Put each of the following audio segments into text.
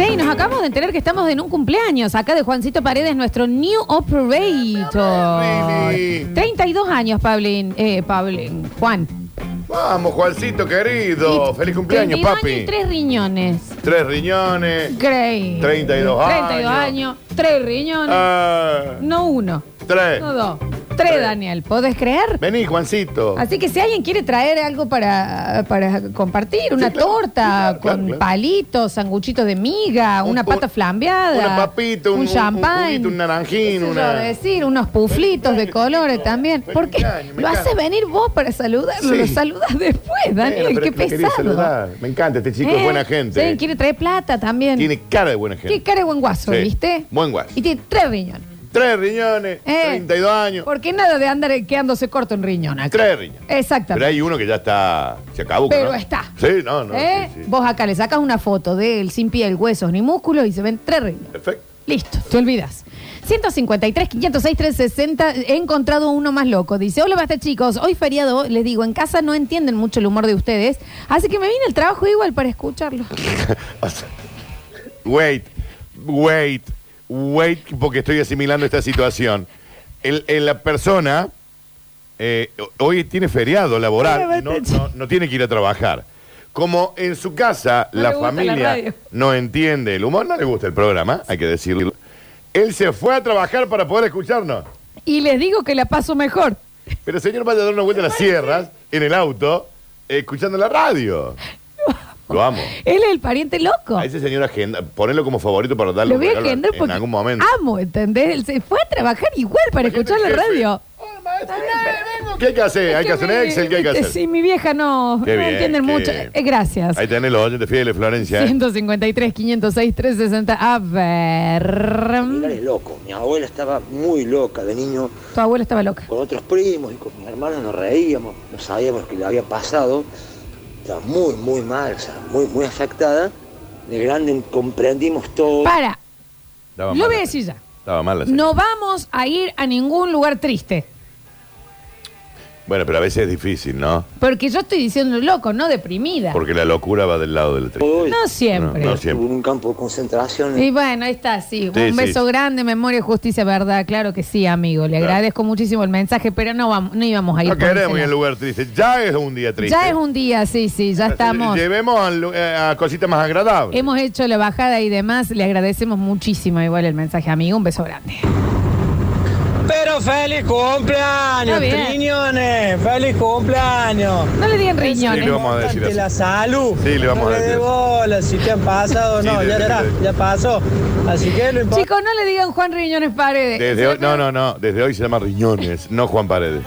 Che, y nos acabamos de enterar que estamos en un cumpleaños acá de Juancito Paredes, nuestro new operator. 32 años, Pablín. Eh, Pablín. Juan. Vamos, Juancito querido. Y- Feliz cumpleaños, 32 años papi. y tres riñones. Tres riñones. Increíble. 32 años. 32 años, tres riñones. Ah, no uno, tres. no dos, tres, Tres. Daniel. ¿Podés creer? Vení, Juancito. Así que si alguien quiere traer algo para, para compartir, una claro, torta claro, con claro, claro. palitos, sanguchitos de miga, Un- una pata un- flambeada, Una papita, un, un- un champán, juguito, un qué naranjín, sé yo una. decir, unos puflitos de Feliz año, colores chico. también. Feliz Porque año, me lo encanta. haces venir vos para saludarlo, Sí. lo saludas después, Daniel, Bueno, pero es qué que lo quería pesado. saludar. Me encanta este chico, es ¿Eh? buena gente. Sí, quiere traer plata también. Tiene cara de buena gente. Qué cara de buen guaso, Sí, ¿viste? buen guaso. Y tiene tres riñones. Tres riñones, Eh. 32 años. Porque nada de andar quedándose corto en riñón acá. Tres riñones. Pero Exactamente. hay uno que ya está. Se acabó. Pero, ¿no? está. Sí, no, no. ¿Eh? sí, sí. Vos acá le sacas una foto de él sin piel, huesos ni músculos y se ven tres riñones. Perfecto. Listo, te olvidas. 153, 506, 360. He encontrado uno más loco. Dice: Hola, basta chicos. Hoy feriado, les digo, en casa no entienden mucho el humor de ustedes. Así que me vine al trabajo igual para escucharlo. O sea, wait, wait, wait, porque estoy asimilando esta situación. El, el- la persona eh, hoy tiene feriado laboral, no, no- no tiene que ir a trabajar. Como en su casa No la le gusta la familia radio. no entiende el humor, no le gusta el programa, hay que decirlo. Él se fue a trabajar para poder escucharnos. Y les digo que la paso mejor. Pero señor, vaya a dar una vuelta a las sierras en el auto, eh, escuchando la radio. Lo amo. Él es el pariente loco. A ese señor agenda, ponelo como favorito para darle un Lo voy a regalo agendar en porque algún momento. amo, ¿entendés? Él se fue a trabajar igual para Imagínate escuchar la Oh, el jefe. radio. Hola, maestro, eh, vengo. ¿Qué hay que hacer? ¿Hay que hacer un Excel? ¿Qué hay que hacer? Sí, mi vieja no, Qué no bien, entienden qué mucho. bien. Eh, gracias. Ahí tenés los oyentes fieles, Florencia. ¿eh? 153, 506, 360. A Mirar ver. es loco. Mi abuela estaba muy loca de niño. Tu abuela estaba loca. Con otros primos y con mis hermanos nos reíamos. No sabíamos que le había pasado. Estaba muy, muy mal, o sea, muy, muy afectada. De grande comprendimos todo. Para, Estaba lo mal. voy a decir ya. Estaba mal. así. No vamos a ir a ningún lugar triste. Bueno, pero a veces es difícil, ¿no? Porque yo estoy diciendo loco, no deprimida. Porque la locura va del lado del triste. Todo No siempre. No, no estuvo siempre. en un campo de concentración. Y bueno, ahí está, sí. Sí, sí. un beso grande, memoria, justicia, verdad. Claro que sí, amigo. Le Claro. agradezco muchísimo el mensaje, pero no vamos, no íbamos a ir. No por ese queremos ir al lado. lugar triste. Ya es un día triste. Ya es un día, sí, sí, ya estamos. Llevemos al lu- eh, a, cositas más agradables. Hemos hecho la bajada y demás. Le agradecemos muchísimo igual el mensaje, amigo. Un beso grande. Pero feliz cumpleaños, Está bien. riñones, feliz cumpleaños. No le digan Sí, le riñones. vamos a decir Date así. la salud. Sí, le vamos no a decir de eso. bola, si te han pasado o Sí, no, de- ya de- verás, de- ya pasó. Así que lo importante. Chicos, no le digan Juan Riñones Paredes. Desde hoy- no, no, no. Desde hoy se llama Riñones, no Juan Paredes.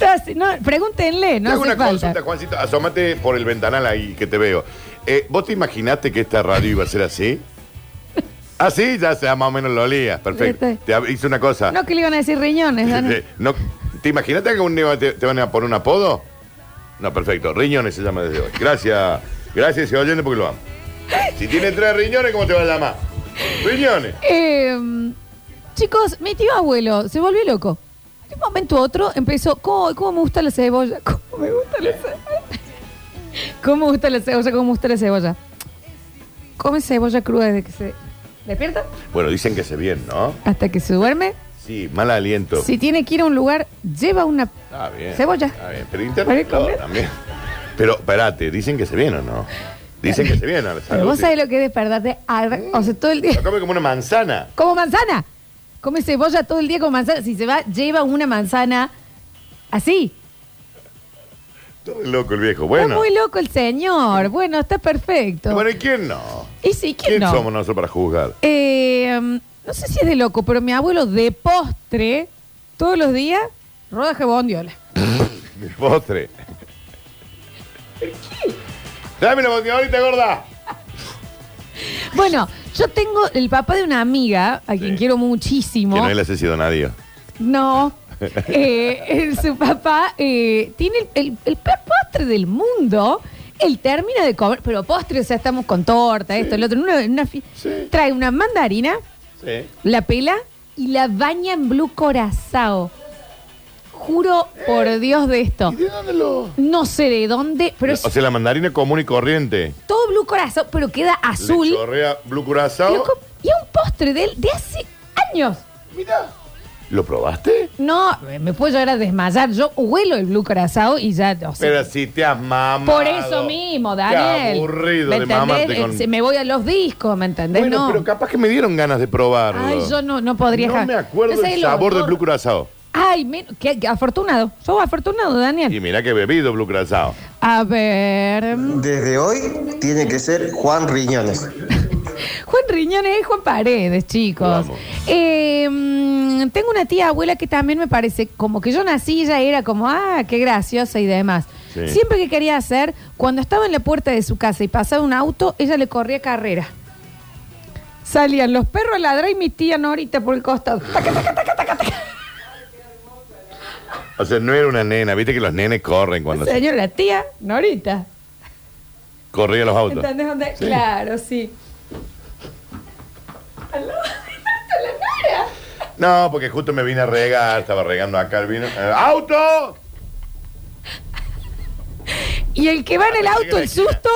Es así, no, pregúntenle, no Te hago hace una falta. consulta, Juancito. Asómate por el ventanal ahí que te veo. Eh, ¿Vos te imaginaste que esta radio iba a ser así? Así ya se más o menos lo olías. Perfecto. Este. Te ab- hice una cosa. No que le iban a decir riñones, Dani. Eh, no- ¿Te imaginaste que un día te, te van a poner un apodo? No, perfecto. Riñones se llama desde hoy. Gracias. Gracias, se oyente, porque lo amo. Si tiene tres riñones, ¿cómo te va a llamar? Riñones. Eh, chicos, mi tío abuelo se volvió loco. De un momento a otro empezó, ¿cómo, cómo me gusta la cebolla? ¿Cómo me gusta la cebolla? ¿Cómo me gusta la cebolla? ¿Cómo me gusta la cebolla? Come cebolla cruda desde que se despierta Bueno, dicen que se bien, ¿no? hasta que se duerme. Sí, mal aliento. Si tiene que ir a un lugar, lleva una Está Ah, bien. cebolla. Está bien, pero Para ir a interpretado comer. también. Pero, espérate, ¿dicen que se viene o no? Dicen que se viene. a la Pero salud, vos sí. sabés lo que es despertarte, ar- o sea, todo el día. Lo come como una manzana. Como manzana. Come cebolla todo el día con manzana. Si se va, lleva una manzana así. Todo loco el viejo. Está Bueno. muy loco el señor. Bueno, está perfecto. Bueno, ¿y quién no? y sí, ¿quién, ¿Quién no? somos nosotros para juzgar? Eh, mm, no sé si es de loco, pero mi abuelo de postre, todos los días, rodaje bondiola. Mi postre. Dame la bondiola, gorda. Bueno, yo tengo el papá de una amiga, a quien Sí. quiero muchísimo. Que no le ha sido nadie. No. Eh, eh, su papá eh, tiene el, el- el peor postre del mundo. Él termina de comer, pero postre, o sea, estamos con torta, esto, el otro. en Una, en una fi- Sí. Trae una mandarina, Sí. la pela y la baña en blue corazao. juro por Dios de esto. ¿Y de dónde lo...? No sé de dónde, pero es Eh. O sea, la mandarina común y corriente. todo blue corazón, pero queda azul. Le chorrea blue curazao. Loco, y un postre de él de hace años. Mira. ¿Lo probaste? No, me puedo llegar a desmayar. Yo huelo el blue corazón y ya, o sea, Pero si te has mamado. Por eso mismo, Daniel. Qué aburrido ¿Me de entendés? mamarte con... Eh, se- Me voy a los discos, ¿me entendés? Bueno, no. pero capaz que me dieron ganas de probarlo. Ay, yo no, no podría No ja- me acuerdo No sé, el lo- sabor del no- blue curazao. Ay, men- qué, qué afortunado. Sos afortunado, Daniel. Y mira que he bebido blue curazao. A ver. mm, Desde hoy tiene que ser Juan Riñones. Juan Riñones es Juan Paredes, chicos. Vamos. Eh, mm, tengo una tía abuela que también me parece, como que yo nací, ya era como, ah, qué graciosa y demás. Sí. Siempre que quería hacer, cuando estaba en la puerta de su casa y pasaba un auto, ella le corría carrera. Salían los perros a ladrar y mi tía Norita por el costado. Ah, Taca, taca, taca, taca, taca. O sea, no era una nena. Viste que los nenes corren cuando se Señora tía Norita. corrían los autos. ¿Entendés dónde? Sí. Claro, sí. Aló, ¿viste la cara? No, porque justo me vine a regar. Estaba regando acá el vino. Eh, ¡Auto! Y el que va en el Ah, auto, el sí, la susto,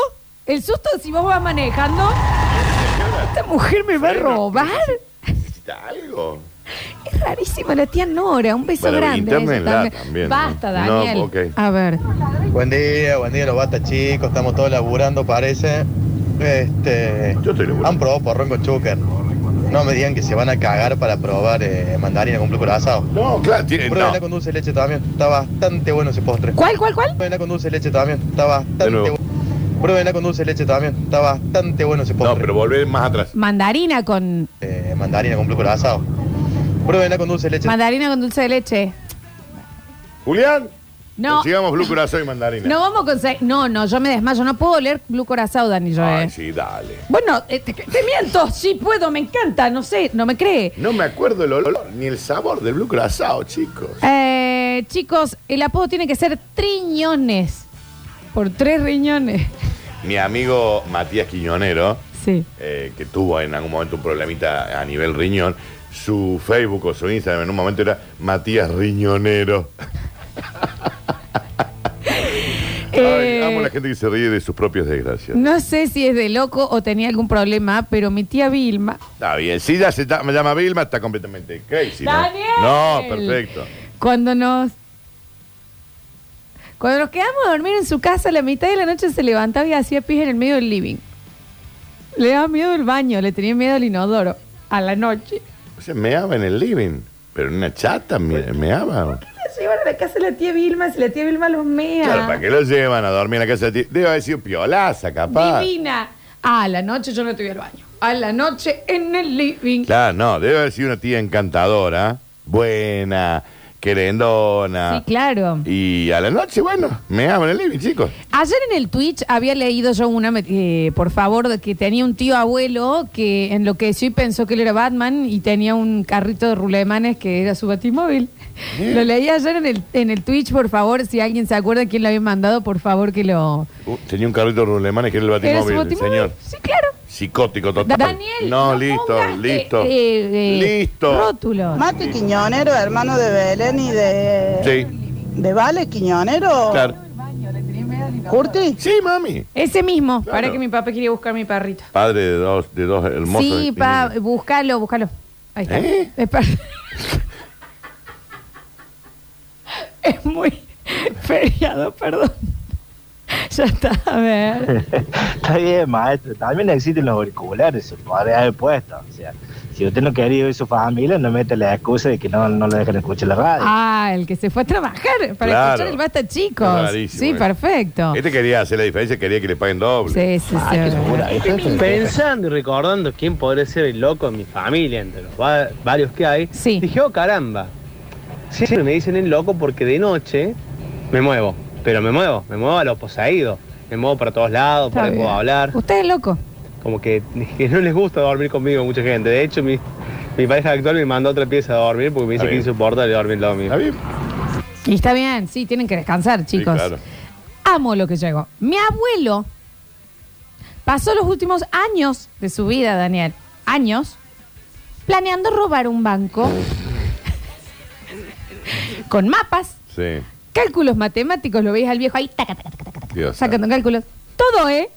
el susto si vos vas manejando, esta mujer me va a robar. ¿Necesita algo? Es rarísima la tía Nora, un beso Bueno, grande. interna ella en la también, ¿no? Basta, No, Daniel. ok. A ver. Buen día, buen día los bata chicos, estamos todos laburando parece. Este, Yo estoy laburando. Han probado porrón con chúcar. No me digan que se van a cagar para probar eh, mandarina con blúcula asado. No, claro. tiene- Eh, no. Pruébenla con dulce de leche también, está bastante bueno ese postre. ¿Cuál, cuál, cuál? Pruébenla con dulce de leche también, está De bastante nuevo. bueno. Pruébenla con dulce de leche también, está bastante bueno ese postre. No, pero volver más atrás. Mandarina con. Eh, mandarina con blúcula asado. Pruébenla con dulce de leche. Mandarina con dulce de leche. Julián. No. Consigamos blue curazao y mandarina. No vamos a conseguir. No, no, yo me desmayo. No puedo leer Blue Corazado, Dani. Yo, eh. Ay, sí, dale. Bueno, eh, te, te miento, sí puedo, me encanta, no sé, no me cree. No me acuerdo el olor ni el sabor del blue curazao, chicos. Eh, chicos, el apodo tiene que ser Triñones. Por tres riñones. Mi amigo Matías Quiñonero, Sí. eh, que tuvo en algún momento un problemita a nivel riñón, su Facebook o su Instagram en un momento era Matías Riñonero. Ay, Eh, amo a la gente que se ríe de sus propias desgracias. no sé si es de loco o tenía algún problema, pero mi tía Vilma. Está bien, si ya se ta- me llama Vilma, está completamente crazy. ¿no? ¡Daniel! No, perfecto. Cuando nos. Cuando nos quedamos a dormir en su casa, a la mitad de la noche se levantaba y hacía pis en el medio del living. Le daba miedo el baño, le tenía miedo al inodoro. A la noche. O sea, meaba en el living, pero en una chata me- meaba. La llevan a la casa de la tía Vilma, si la tía Vilma los mea. Claro, ¿para qué lo llevan a dormir en la casa de ti? Debe haber sido piolaza, capaz. Divina. A la noche yo no estoy al baño. A la noche en el living. Claro, no, debe haber sido una tía encantadora, buena, querendona. Sí, claro. Y a la noche, bueno, me aman el living, chicos. Ayer en el Twitch había leído yo una, me- eh, por favor, de que tenía un tío abuelo que enloqueció y pensó que él era Batman y tenía un carrito de rulemanes que era su batimóvil. Bien. Lo leí ayer en el, en el Twitch, por favor, si alguien se acuerda quién lo había mandado, por favor que lo... Uh, tenía un carrito de rulemanes que era el Era su batimóvil, batimóvil. señor. Sí, claro. Psicótico total. Daniel, No, listo, pongas, listo. eh, eh, listo. Rótulos. Mati Quiñonero, hermano de Belén y de. Sí, de Vale Quiñonero. claro. Curti. Sí, mami. Ese mismo, Claro. para que mi papá quería buscar mi perrito. Padre de dos, de dos hermosos. Sí, niños. pa, búscalo, búscalo. Ahí está. ¿Eh? Es, par- Es muy feriado, perdón. Ya está, a ver. Está bien, maestro. También existen los auriculares, se podría haber puesto. O sea, si usted no quería ir a su familia, no mete la excusa de que no, no lo dejan escuchar la radio. Ah, el que se fue a trabajar para Claro. escuchar el basta, chicos. Es rarísimo, sí, eh. perfecto. Este quería hacer la diferencia, quería que le paguen doble. Sí, sí, sí. Pensando y recordando quién podría ser el loco en mi familia, entre los va- varios que hay, Sí. dije, oh caramba, siempre me dicen el loco porque de noche me muevo, pero me muevo, me muevo a lo poseído, me muevo para todos lados, Está para bien. puedo hablar, Usted es loco. como que, que no les gusta dormir conmigo mucha gente, de hecho mi, mi pareja actual me mandó otra pieza a dormir porque me Está dice que bien. insoportable dormir lo mío. ¿Está bien? Y está bien, sí, tienen que descansar, Sí, chicos. claro. Amo lo que llegó. Mi abuelo pasó los últimos años de su vida, Daniel, años, planeando robar un banco con mapas, Sí, cálculos matemáticos, lo veis al viejo ahí, taca, taca, taca, taca, taca, Dios sacando cálculos. Todo, ¿eh?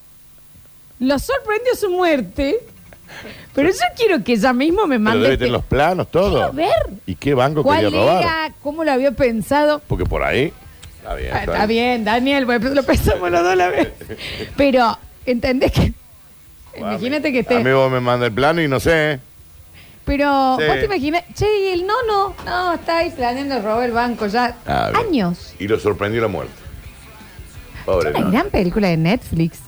Lo sorprendió su muerte. Pero yo quiero que ya mismo me Pero mande. debe este- tener los planos, todo. Quiero ver. ¿Y qué banco ¿Cuál quería robar? era? ¿Cómo lo había pensado? Porque por ahí. Está bien. Ah, Está bien, Daniel, pues, lo pensamos los dos a la vez. Pero, ¿entendés que? Guau, Imagínate que A mí esté. vos me manda el plano y no sé. ¿eh? Pero, Sí. ¿vos te imaginas? Che, y el nono, no, estáis planeando robar el banco ya Ah, bien. años. Y lo sorprendió la muerte. Es Pobre. una no. gran película de Netflix.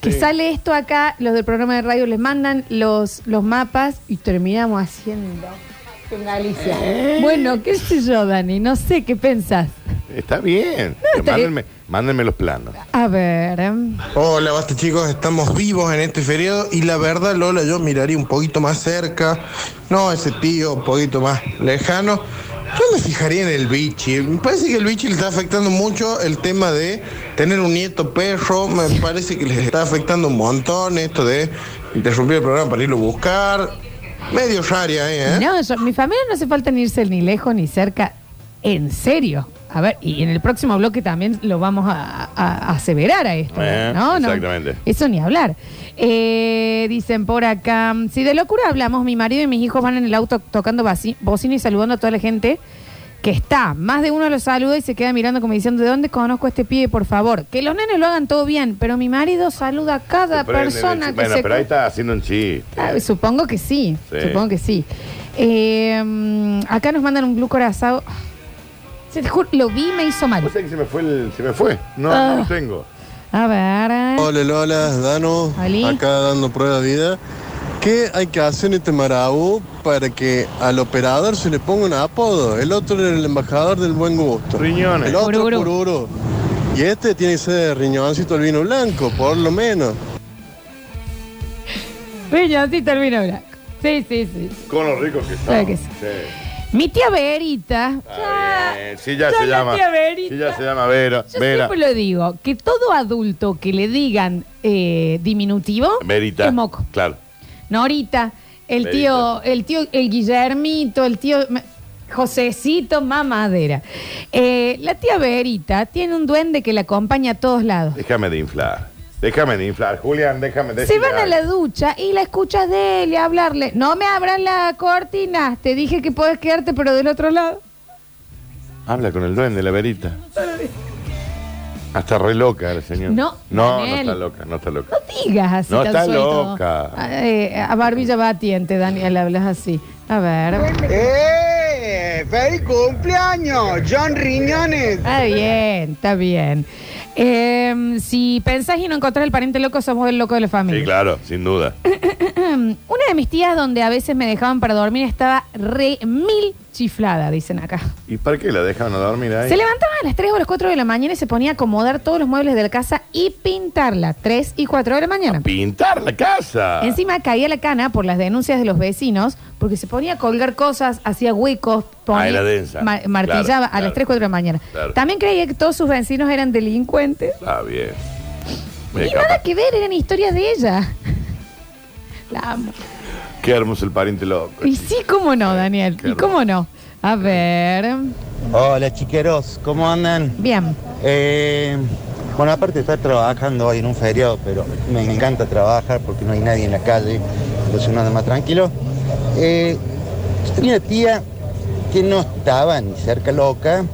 Que sale esto acá, los del programa de radio les mandan los, los mapas y terminamos haciendo en Galicia. Eh. Bueno, qué sé yo, Dani, no sé qué pensás. Está bien. Pero está mándenme, mándenme los planos. A ver, em, Hola, basta chicos, estamos vivos en este feriado y la verdad, Lola, yo miraría un poquito más cerca, no ese tío un poquito más lejano. Yo me fijaría en el bichi. Me parece que el bichi le está afectando mucho el tema de tener un nieto perro. Me parece que les está afectando un montón esto de interrumpir el programa para irlo a buscar. Medio raria, ahí, ¿eh? No, yo- mi familia no hace falta ni irse ni lejos ni cerca. En serio. A ver, y en el próximo bloque también lo vamos a, a- a aseverar a esto. Eh, ¿no? No, exactamente. eso ni hablar. Eh, dicen por acá, si de locura hablamos, mi marido y mis hijos van en el auto tocando baci- bocina y saludando a toda la gente que está. Más de uno los saluda y se queda mirando como diciendo, ¿de dónde conozco a este pibe, por favor? Que los nenes lo hagan todo bien, pero mi marido saluda a cada Se prenden, persona dice, que Bueno, se pero ahí está haciendo un chiste. Ah, supongo que sí, Sí. supongo que sí. Eh, mm, acá nos mandan un glúcora asado. Se te juro, lo vi y me hizo mal. ¿Vos sabés que se me fue el- se me fue? No, Ah. no lo tengo. A ver. eh. Hola Lola, Dano, Oli. acá dando prueba de vida. ¿Qué hay que hacer en este marabú para que al operador se le ponga un apodo? El otro era el embajador del buen gusto. Riñones. El otro Pururu. pururu. Y este tiene que ser riñoncito al vino blanco, por lo menos. Peña, sí termina blanco. Sí, sí, sí. Con los ricos que Claro están. que sí. Mi tía Verita. Está bien. Sí, ya Ya se la llama. tía Verita. Sí, ya se llama Vera. Yo Vera. siempre lo digo, que todo adulto que le digan eh, diminutivo Verita. es moco. Claro. Norita, el Verita. tío, el tío, el Guillermito, el tío me- Josecito, mamadera. Eh, la tía Verita tiene un duende que la acompaña a todos lados. Déjame de inflar. Déjame de inflar. Julián, déjame de Se van a la ducha y la escuchas de él y hablarle. No me abran la cortina, te dije que puedes quedarte, pero del otro lado. Habla con el duende, la verita. Hasta re loca la señora. No, no, no Daniel. está loca, no está No loca. digas así. No tan está suelto. loca. A, eh, a Barbie ya va a tiente, Daniel, hablas así. A ver. ¡Eh! ¡Feliz cumpleaños! John Riñones. Está bien, está bien. Eh, si pensás y no encontrás el pariente loco, somos el loco de la familia. Sí, claro, sin duda. Una de mis tías donde a veces me dejaban para dormir estaba re mil chiflada, dicen acá. ¿Y para qué la dejaban a dormir ahí? Se levantaba a las 3 o las 4 de la mañana y se ponía a acomodar todos los muebles de la casa y pintarla. 3 y 4 de la mañana. Pintar la casa. Encima caía la cana por las denuncias de los vecinos porque se ponía a colgar cosas, hacía huecos, ponía- Ah, era densa. ma- martillaba Claro, a las claro. 3 o 4 de la mañana. Claro. También creía que todos sus vecinos eran delincuentes. Está bien. y Mira, nada capaz. que ver, eran historias de ella. la amo. Qué hermoso el pariente loco. Y sí, cómo no, Daniel. qué Y cómo no. A ver. Hola chiqueros, ¿cómo andan? Bien. Eh, bueno, aparte de estar trabajando hoy en un feriado, pero me encanta trabajar porque no hay nadie en la calle, entonces uno anda más tranquilo. Eh, yo tenía una tía que no estaba ni cerca loca,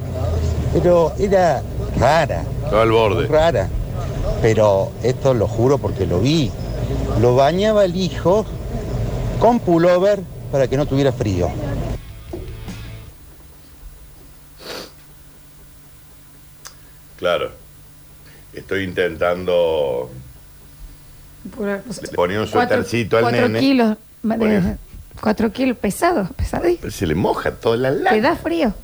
pero era rara, Estaba al borde. rara. Pero esto lo juro porque lo vi. Lo bañaba el hijo con pullover para que no tuviera frío. Claro. Estoy intentando poner un suétercito al cuatro nene. kilos. ma- de- Ponía- cuatro kilos, pesado, pesadillo. Pero Se le moja toda la Te lana. da frío,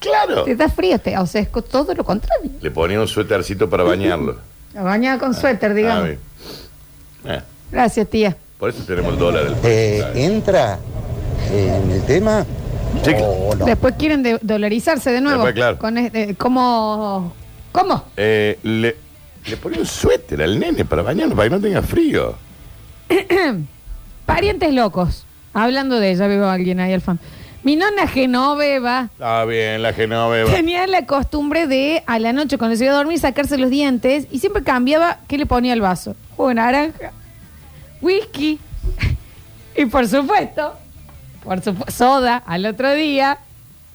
Claro. te da frío, te, o sea, es co- todo lo contrario. Le ponía un suétercito para bañarlo. La bañada con suéter, digamos. Ah, bien. Eh, Gracias, tía. por eso tenemos el dólar. el- Eh, ¿Entra en el tema? Sí, o no? Después quieren de- dolarizarse de nuevo. Después, claro. Con este- ¿Cómo? ¿Cómo? Eh, le, le ponía un suéter al nene para bañarlo, para que no tenga frío. Parientes locos. Hablando de ella, veo a alguien ahí al fan. Mi nona Genoveva Está bien, la Genoveva. tenía la costumbre de, a la noche, cuando se iba a dormir, sacarse los dientes y siempre cambiaba qué le ponía al vaso. Jugo de naranja, whisky y, por supuesto, por supu- soda al otro día.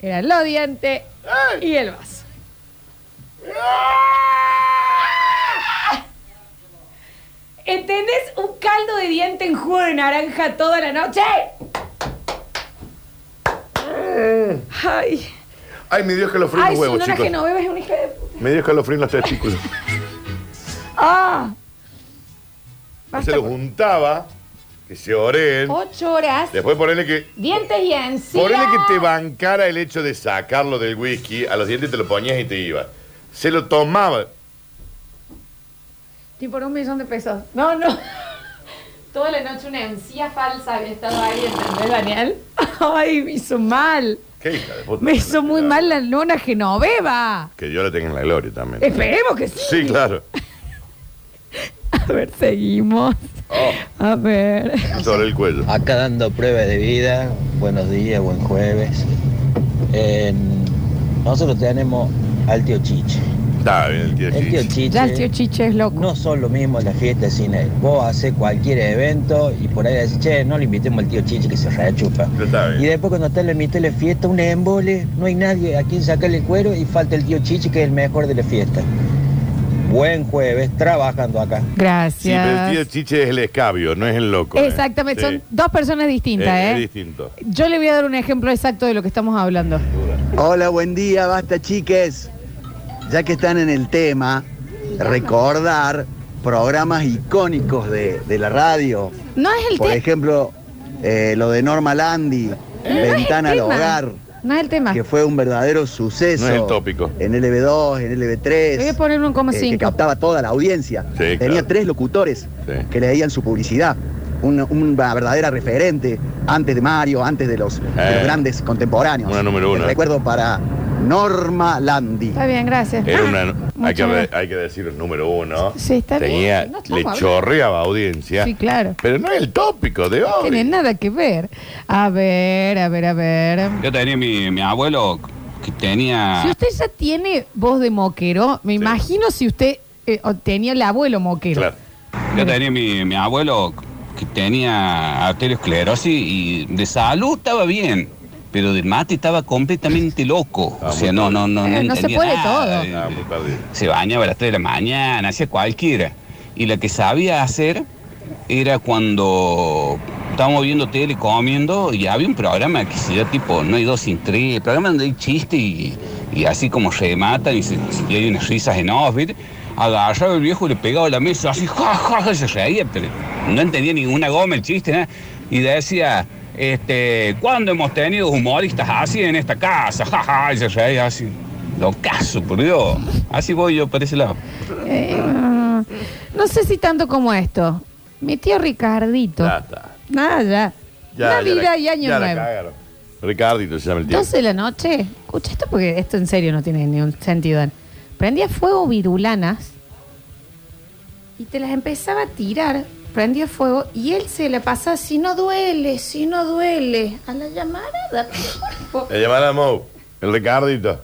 Eran los dientes y el vaso. ¿Entendés un caldo de diente en jugo de naranja toda la noche? Ay, Ay, me dio escalofrío en ay, los su huevos, nona chicos. Genoveva es una hija de puta. Me dio escalofrío en los testículos. ¡Ah! se los juntaba, que se oren. Ocho horas, Después ponele que. dientes y encima. Ponele que te bancara el hecho de sacarlo del whisky, a los dientes te lo ponías y te ibas. Se lo tomaba. Y por un millón de pesos. No, no. Toda la noche una encía falsa había estado ahí, ¿entendés, Daniel? Ay, me hizo mal. ¿Qué hija de puta? Me hizo muy mal la nona Genoveva. Que Dios la tenga en la gloria también. Esperemos que sí. Sí, claro. A ver, seguimos. Oh. A ver. Sobre el cuello. Acá dando pruebas de vida, buenos días, buen jueves. En- nosotros tenemos al tío Chiche. Está bien, el tío El tío Chiche. Ya el tío Chiche es loco. No son lo mismo las fiestas sin él. Vos haces cualquier evento y por ahí decís, che, no le invitemos al tío Chiche que se rechupa. Y después cuando está en la mitad de la fiesta, un embole, no hay nadie a quien sacarle el cuero y falta el tío Chiche que es el mejor de la fiesta. Buen jueves, trabajando acá. Sí, pero el tío Gracias. Chiche es el escabio, no es el loco. ¿eh? Exactamente, Sí. son dos personas distintas, Es- Es ¿eh? distinto. Yo le voy a dar un ejemplo exacto de lo que estamos hablando. Hola, buen día, basta chiques. Ya que están en el tema, recordar programas icónicos de, de la radio. No es el Por tema. ejemplo, eh, lo de Norma Landi, Ventana al tema. Hogar, No es el tema. que fue un verdadero suceso. No es el tópico. En LB2, en Le voy a LB3. poner un eh, que 1,5. captaba toda la audiencia. Sí, Tenía tres locutores que leían su publicidad. Una, una verdadera referente antes de Mario, antes de los, de los Eh, grandes contemporáneos. una número uno. El Recuerdo para Norma Landi. Está bien, gracias. Era una, hay, que, muchas re- gracias. hay que decir el número uno. Ah, Sí, está bien. Tenía, No estamos le hablando. chorreaba audiencia. Sí, claro. Pero no es el tópico de No hoy. tiene nada que ver. A ver, a ver, a ver. Yo tenía mi, mi abuelo que tenía. Ah. Si usted ya tiene voz de moquero, me imagino si usted eh, o tenía el abuelo moquero. Yo tenía mi, mi abuelo que tenía arteriosclerosis y de salud estaba bien, pero del mate estaba completamente loco. o sea, no, no, no, no, Eh, no se entendía puede nada. todo. Eh, Se bañaba a las 3 de la mañana, hacía cualquiera. Y la que sabía hacer era cuando estábamos viendo tele, comiendo, y había un programa que se llama tipo No hay dos sin tres, programa donde hay chiste y, y así como rematan y, se- y hay unas risas enormes, ¿viste? agarraba el viejo y le pegaba a la mesa, así, ja, ja, ja, y se reía, pero no entendía ninguna goma el chiste, nada. y decía, este, ¿cuándo hemos tenido humoristas así en esta casa? Ja, ja, y se reía así. Lo caso, por Dios. Así voy yo por ese lado. Eh, no sé si tanto como esto. Mi tío Ricardito. Nada, ya. Navidad la- y Año ya la Nuevo. cagaron. Ricardito se llama el tío. 12 de la noche. Escucha esto porque esto en serio no tiene ningún sentido. Prendía fuego virulanas y te las empezaba a tirar. Prendía fuego y él se la pasaba si no duele, si no duele. A la llamarada. Le llamaron a Mo, el Ricardito.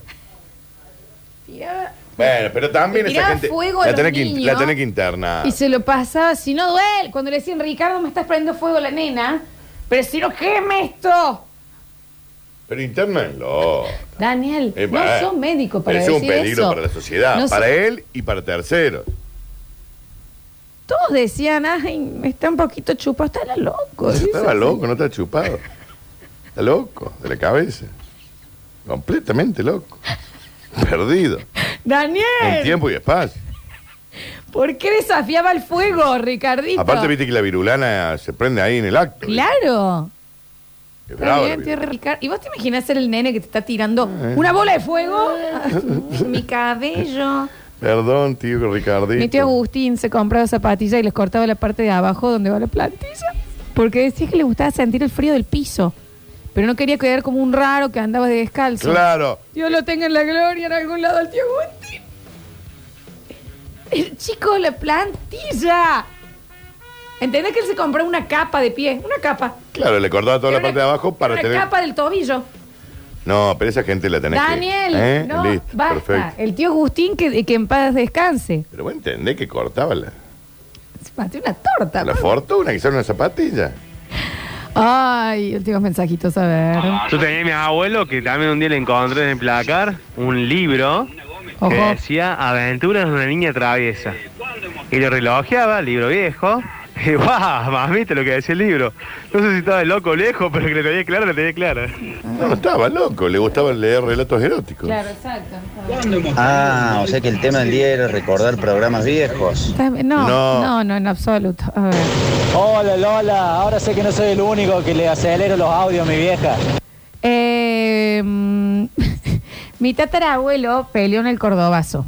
Tiraba- Bueno, pero también Le esa tiraba gente. fuego a la, los tenés que, in- la niños. tenés que internar. Y se lo pasaba si no duele. Cuando le decían, Ricardo, me estás prendiendo fuego la nena. Pero si no queme esto. Pero internarlo. Daniel, Eh, no bueno. sos médico para es decir un peligro eso. para la sociedad, No para sos- él y para terceros. Todos decían, ay, está un poquito chupado, está la loco. Estaba loco, no está chupado. Está loco, de la cabeza. Completamente loco. Perdido. En Daniel, tiempo y espacio. ¿por qué desafiaba el fuego, Ricardito? Aparte, viste que la virulana se prende ahí en el acto. Claro. Es Está bravo. Eh. bien, tío Ricardo. ¿Y vos te imaginas ser el nene que te está tirando una bola de fuego? Ay, Mi cabello. Perdón, tío Ricardito. Mi tío Agustín se compraba zapatillas y les cortaba la parte de abajo donde va la plantilla. Porque decía que le gustaba sentir el frío del piso. Pero no quería quedar como un raro que andaba de descalzo. Claro. Dios lo tenga en la gloria en algún lado al tío Agustín. El chico de la plantilla. ¿Entendés que él se compró una capa de pie? Una capa. Claro, le cortaba toda la Era parte de abajo para una tener. capa del tobillo. No, pero esa gente la tenés. que- Daniel, ¿Eh? no, Listo, basta. perfecto. El tío Agustín que, que en paz descanse. Pero vos entendés que cortaba la, Se mató una torta. la fortuna, quizás una zapatilla. Ay, últimos mensajitos, a ver. Yo tenía a mi abuelo que también un día le encontré en el placar un libro que Ojo. decía Aventuras de una niña traviesa. Y lo relojeaba, libro viejo. Y guau, mamita lo que decía el libro. No sé si estaba loco o lejos, pero que le tenía claro, le tenía claro. No, no estaba loco, le gustaba leer relatos eróticos. Claro, exacto. Ah, o sea que el tema del día era recordar programas viejos. Está bien, No, no, No. no, en absoluto. A ver. Hola Lola, ahora sé que no soy el único que le acelero los audios a mi vieja. Eh, mm, mi tatarabuelo peleó en el Cordobazo.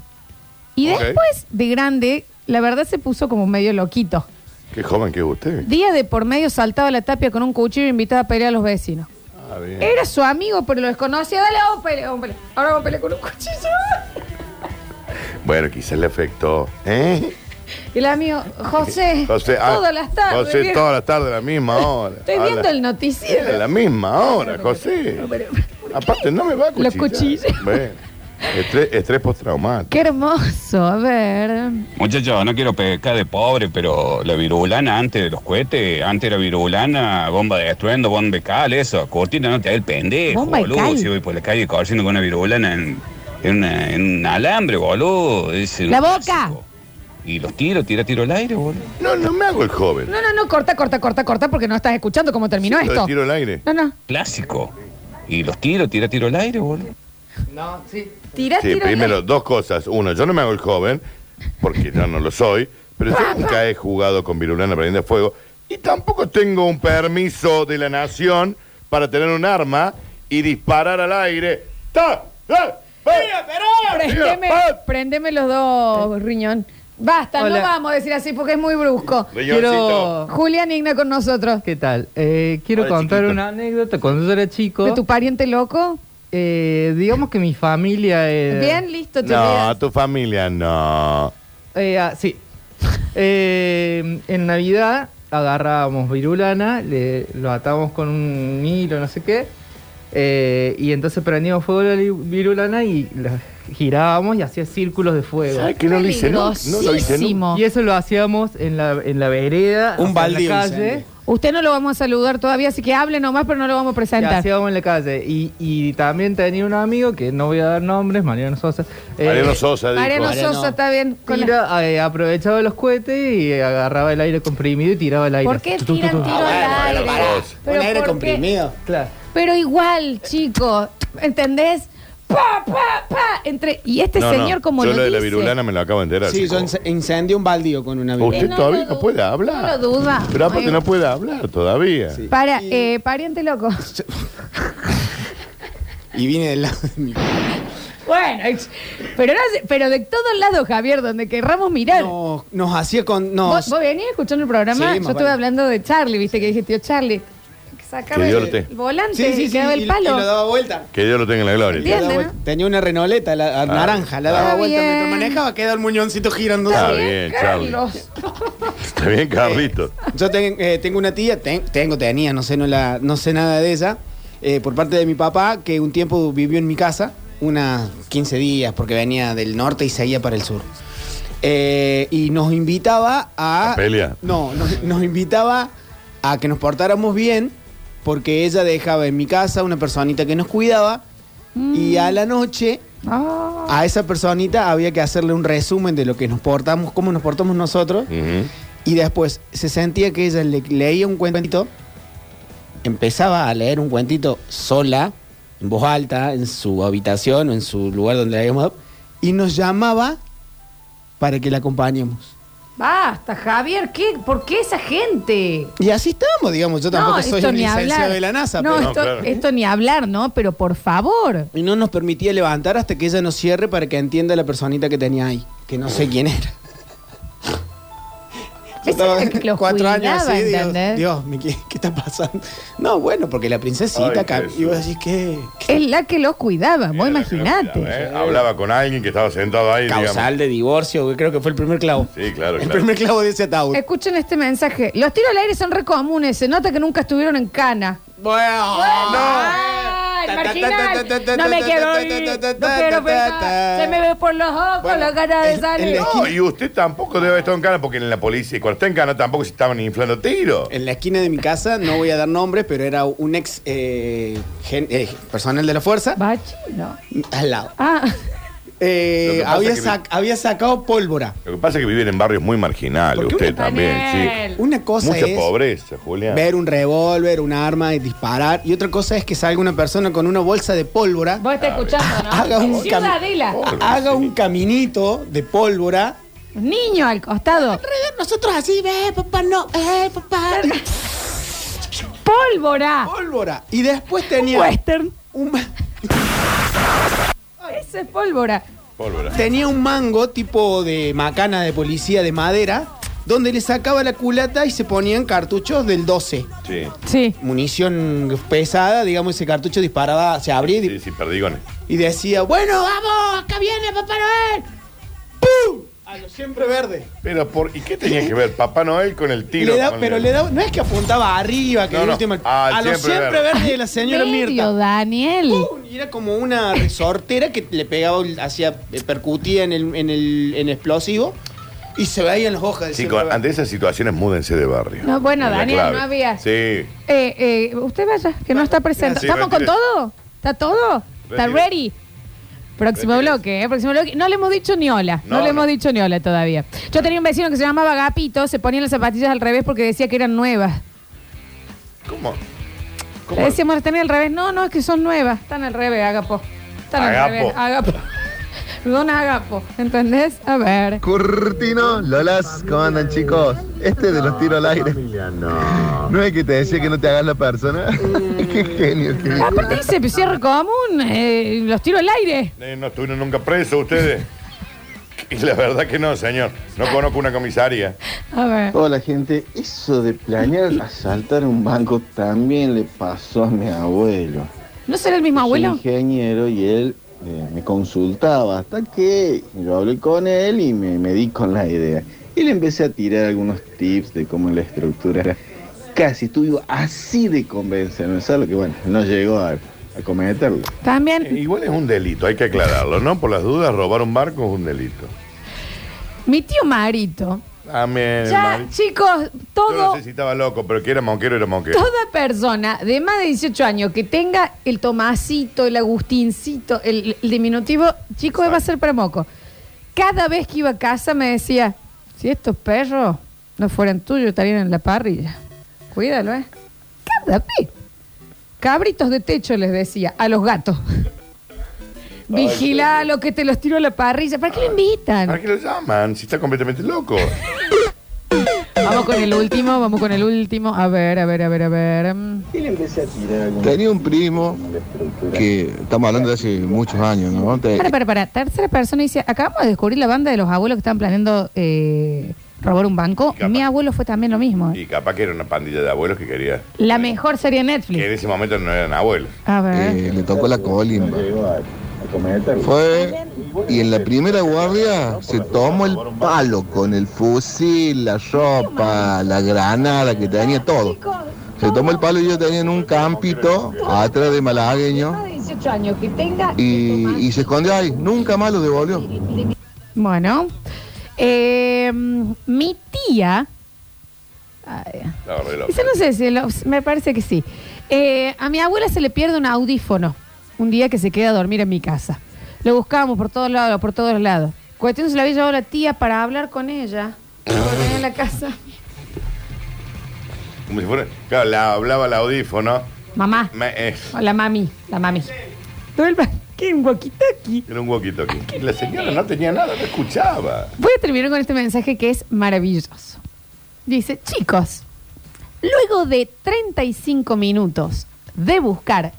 Y Ok. después de grande, la verdad se puso como medio loquito. Qué joven que es usted. Día de por medio saltaba la tapia con un cuchillo e invitaba a pelear a los vecinos. Ah, bien. Era su amigo, pero lo desconocía. Dale, vamos a pelear, vamos a pelear. Ahora vamos a pelear con un cuchillo. Bueno, quizás le afectó. ¿Eh? Y el amigo, José, José, ah, Eh, todas las tardes. José, viejo. todas las tardes, a la misma hora. Estoy A viendo la- el noticiero. A la misma hora, José. Aparte, no me va a Los cuchillar. Bueno, estrés, estrés postraumático. Qué hermoso, a ver. Muchachos, no quiero pecar de pobre, pero la virulana antes de los cohetes, antes era virulana, bomba de estruendo, bomba de cal, eso. Cortina, no te hagas el pendejo, Bomba de boludo. cal. Si voy por la calle corriendo con una virulana en, en una- en un alambre, boludo. es un- La boca. Y los tiros, tira tiro al aire, boludo. No, no me hago el joven. No, no, no, corta, corta, corta, corta, porque no estás escuchando cómo terminó Sí, lo esto. del tiro al aire. No, no. Clásico. Y los tiros, tira tiro al aire, boludo. No, sí. Tira, Sí, tira. primero, dos cosas. Uno, yo no me hago el joven, porque yo no lo soy, pero yo nunca he jugado con virulana prendiendo fuego. Y tampoco tengo un permiso de la nación para tener un arma y disparar al aire. ¡Ta! ¡Ta! Prendeme, Ah. prendeme los dos, riñón. Basta, Hola. no vamos a decir así porque es muy brusco. Riñoncito. Quiero- Julián Igna con nosotros. ¿Qué tal? Eh, quiero Hola, contar chiquito. una anécdota. Cuando yo era chico, ¿De tu pariente loco? eh, digamos que mi familia era... Bien, listo, te olvidas. No, tu familia no. Eh, ah, sí. Eh, en Navidad agarrábamos virulana, le- lo atábamos con un hilo, no sé qué. eh, y entonces prendíamos fuego la li- virulana y la girábamos y hacía círculos de fuego. ¿Sabes que no lo hice nunca? No lo hice nunca. Y eso lo hacíamos en la, en la vereda, Un o sea, baldío en la calle. Usted no lo vamos a saludar todavía, así que hable nomás, pero no lo vamos a Y presentar. hacíamos en la calle. Y, y también tenía un amigo que no voy a dar nombres, Mariano Sosa. eh, Mariano Sosa, dijo. Mariano Sosa está bien. Con la- Tira, eh, aprovechaba los cohetes y agarraba el aire comprimido y tiraba el aire. ¿Por qué Tu, tu, tu, tiran tu. tiro Ah, al aire? Pero ¿por qué? Claro. Pero igual, chico, ¿entendés? Pa, pa, pa, entre y este No, no, señor como yo lo, lo de la dice, virulana me lo acabo de enterar. Sí, chico. yo inc- incendié un baldío con una virulana. Usted Eh, no todavía no puede hablar. No lo duda. Pero aparte Ay, no puede hablar todavía. Para, eh, pariente loco. Y vine del lado de mi bueno, ex- pero, no sé- pero de todos lados, Javier, donde querramos mirar. Nos hacía con. Vos, Nos, vos venís escuchando el programa, Sí, yo más estuve vale. hablando de Charlie, viste que dije, tío Charlie, hay que sacar Que Dios el, lo tenga. el volante Sí, sí, y sí, quedaba el y- palo. y lo daba vuelta. Que Dios lo tenga en la gloria. Le Entiende, daba ¿no? vuelta. Tenía una renoleta, la, a- naranja, la daba Está vuelta bien. mientras manejaba, quedaba el muñoncito girando. Está bien, Charlie. Carlos. Está bien, Carlitos. Yo ten- eh, tengo una tía, ten- tengo, tenía, no sé, no, la, no sé nada de ella, eh, por parte de mi papá, que un tiempo vivió en mi casa, unas 15 días, porque venía del norte y seguía para el sur. Eh, y nos invitaba a... ¿A pelear? No, nos, nos invitaba a que nos portáramos bien, porque ella dejaba en mi casa una personita que nos cuidaba, y a la noche Ah, a esa personita había que hacerle un resumen de lo que nos portamos, cómo nos portamos nosotros. Y después se sentía que ella le- leía un cuentito, empezaba a leer un cuentito sola, en voz alta, en su habitación o en su lugar donde la habíamos dado, y nos llamaba para que la acompañemos. Basta, Javier, ¿qué? ¿por qué esa gente? Y así estábamos, digamos, yo tampoco no, soy esto un ni hablar. licenciado de la NASA, no, pero... esto, esto ni hablar, ¿no? Pero por favor. Y no nos permitía levantar hasta que ella nos cierre para que entienda la personita que tenía ahí, que no sé quién era. Yo Eso estaba era que los cuatro años cuidaba, así, digo, ¿entendés? Dios, mi- ¿qué, qué está pasando? No, bueno, porque la princesita acá. Y vos decís, ¿qué? Es la que los cuidaba, vos ¿eh? imaginate. Hablaba con alguien que estaba sentado ahí. Causal de divorcio, que creo que fue el primer clavo. Sí, claro, El claro. primer clavo de ese ataúd. Escuchen este mensaje. Los tiros al aire son re comunes, se nota que nunca estuvieron en cana. Bueno, Ay, marginal. No me quiero ir, no quiero pensar. Se me ve por los ojos la cara de salir. No, y usted tampoco debe estar en cana, porque en la policía, y cuando está en cana, tampoco se estaban inflando tiros. En la esquina de mi casa, no voy a dar nombres, pero era un ex eh, gen- eh, personal de la fuerza. No. Al lado. Ah. Eh, Lo que pasa había, que- sac- había sacado pólvora. Lo que pasa es que viven en barrios muy marginales, usted también, sí. Una cosa Mucha es pobreza, Julián. ver un revólver, un arma y disparar. Y otra cosa es que salga una persona con una bolsa de pólvora. Vos estás escuchando, ¿no? Haga un, cami- Ciudadela. haga un caminito de pólvora. Niño al costado. Nosotros así, ve, papá, no, eh, papá. Pólvora. Pólvora. Y después tenía. Western. Un, Eso es pólvora. Pólvora. Tenía un mango tipo de macana de policía de madera, donde le sacaba la culata y se ponían cartuchos del 12. Sí. Sí. Munición pesada, digamos, ese cartucho disparaba, se abría y, Sí, sí, perdigones. y decía, bueno, vamos, acá viene Papá Noel. ¡Pum! A lo siempre verde. Pero por, ¿y qué tenía que ver Papá Noel con el tiro? Le da- con pero el- le da, no es que apuntaba arriba, que No, el no. último- Ah, a lo siempre siempre verde. verde de la señora Medio, Mirta. Uh. Daniel. Y era como una resortera que le pegaba, hacía, eh, percutía en el, en el en explosivo y se veían las hojas. del Chicos, siempre ante esas situaciones, múdense de barrio. No, bueno, Es la Daniel, clave. no había. Sí. Eh, eh, usted vaya, que no está presente. sí, ¿Estamos con retire. todo? ¿Está todo? ¿Está Retire. ready? Próximo bloque, ¿eh? Próximo bloque. No le hemos dicho ni hola. No, No, le no. hemos dicho ni hola todavía. Yo tenía un vecino que se llamaba Gapito, se ponía las zapatillas al revés porque decía que eran nuevas. ¿Cómo? Le decíamos, las tenía al revés. No, no, es que son nuevas. Están al revés, Agapo. Están al Agapo. revés. Agapo. Perdón, Agapo. ¿Entendés? A ver. Curtino, Lolas, ¿cómo andan chicos? Este de los tiros al aire. No. es que te decía que no te hagas la persona. qué genio, qué genio. Aparte dice, cierre común, eh, los tiro al aire. Eh, no estuvieron nunca presos ustedes. y la verdad que no, señor. No conozco una comisaría. A ver. Hola gente, eso de planear asaltar un banco también le pasó a mi abuelo. ¿No será el mismo Soy abuelo? ingeniero y él eh, me consultaba hasta que yo hablé con él y me, me di con la idea. Y le empecé a tirar algunos tips de cómo la estructura. Casi estuvo así de convencerme, solo que bueno, no llegó a, a cometerlo. También. Eh, Igual es un delito, hay que aclararlo, ¿no? Por las dudas, robar un barco es un delito. Mi tío Marito. Amén. Ya, Mari. chicos, Eh, Yo no todo, sé si estaba loco, pero que era monquero, era monquero. toda persona de más de 18 años que tenga el Tomasito, el Agustincito, el, el diminutivo, chicos, va a ser para moco. Cada vez que iba a casa me decía, si estos perros no fueran tuyos, estarían en la parrilla. Cuídalo, ¿eh? Cada vez. Cabritos de techo les decía, a los gatos. Vigila lo que te los tiro a la parrilla. ¿Para qué lo invitan? ¿Para qué lo llaman? Si está completamente loco. Vamos con el último, vamos con el último. A ver, a ver, a ver, a ver. Tenía un primo que estamos hablando de hace muchos años, ¿no? Eh, Te- Para, para, para. Tercera persona dice, acabamos de descubrir la banda de los abuelos que estaban planeando eh, robar un banco. Mi abuelo fue también lo mismo. eh. Y capaz que era una pandilla de abuelos que quería. La mejor serie de Netflix. Que en ese momento no eran abuelos. A ver. eh, le tocó la colimba. Fue y en la primera guardia se tomó el palo con el fusil, la ropa, la granada que tenía todo. Se tomó el palo y yo tenía en un campito atrás de malagueño Más de 18 años que tenga. y, y se escondió ahí. Nunca más lo devolvió. Bueno. Eh, mi tía... Ay, La verdad, loco. Eso no sé, si lo- me parece que sí. Eh, a mi abuela se le pierde un audífono un día que se queda a dormir en mi casa. Lo buscábamos por todos lados, por todos lados. Cuestión se la había llevado la tía para hablar con ella. Dormía en la casa. Como si fuera. Claro, la, hablaba el audífono. Mamá. Me- eh, o la mami, la mami. Duerma. ¿Qué? ¿Un walkie-talkie? Era un walkie-talkie. La señora no tenía nada, no escuchaba. Voy a terminar con este mensaje que es maravilloso. Dice, chicos, luego de 35 minutos de buscar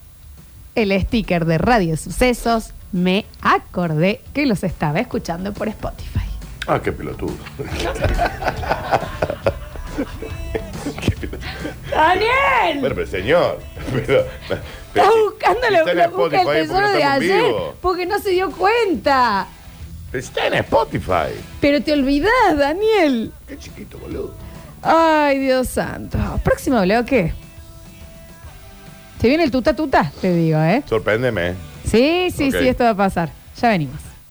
el sticker de Radio Sucesos, me acordé que los estaba escuchando por Spotify. Ah, qué pelotudo. ¡Daniel! Bueno, pero señor, pero, pero Está si- buscando si la- está en la- busca Spotify el es porque tesoro no de estamos en ayer vivo. porque no se dio cuenta. Pero si está en Spotify. Pero te olvidás, Daniel. Qué chiquito, boludo. Ay, Dios santo. Próximo bloque. Se viene el tuta tuta, te digo, ¿eh? Sorpréndeme. Sí, sí, Ok. sí, esto va a pasar. Ya venimos.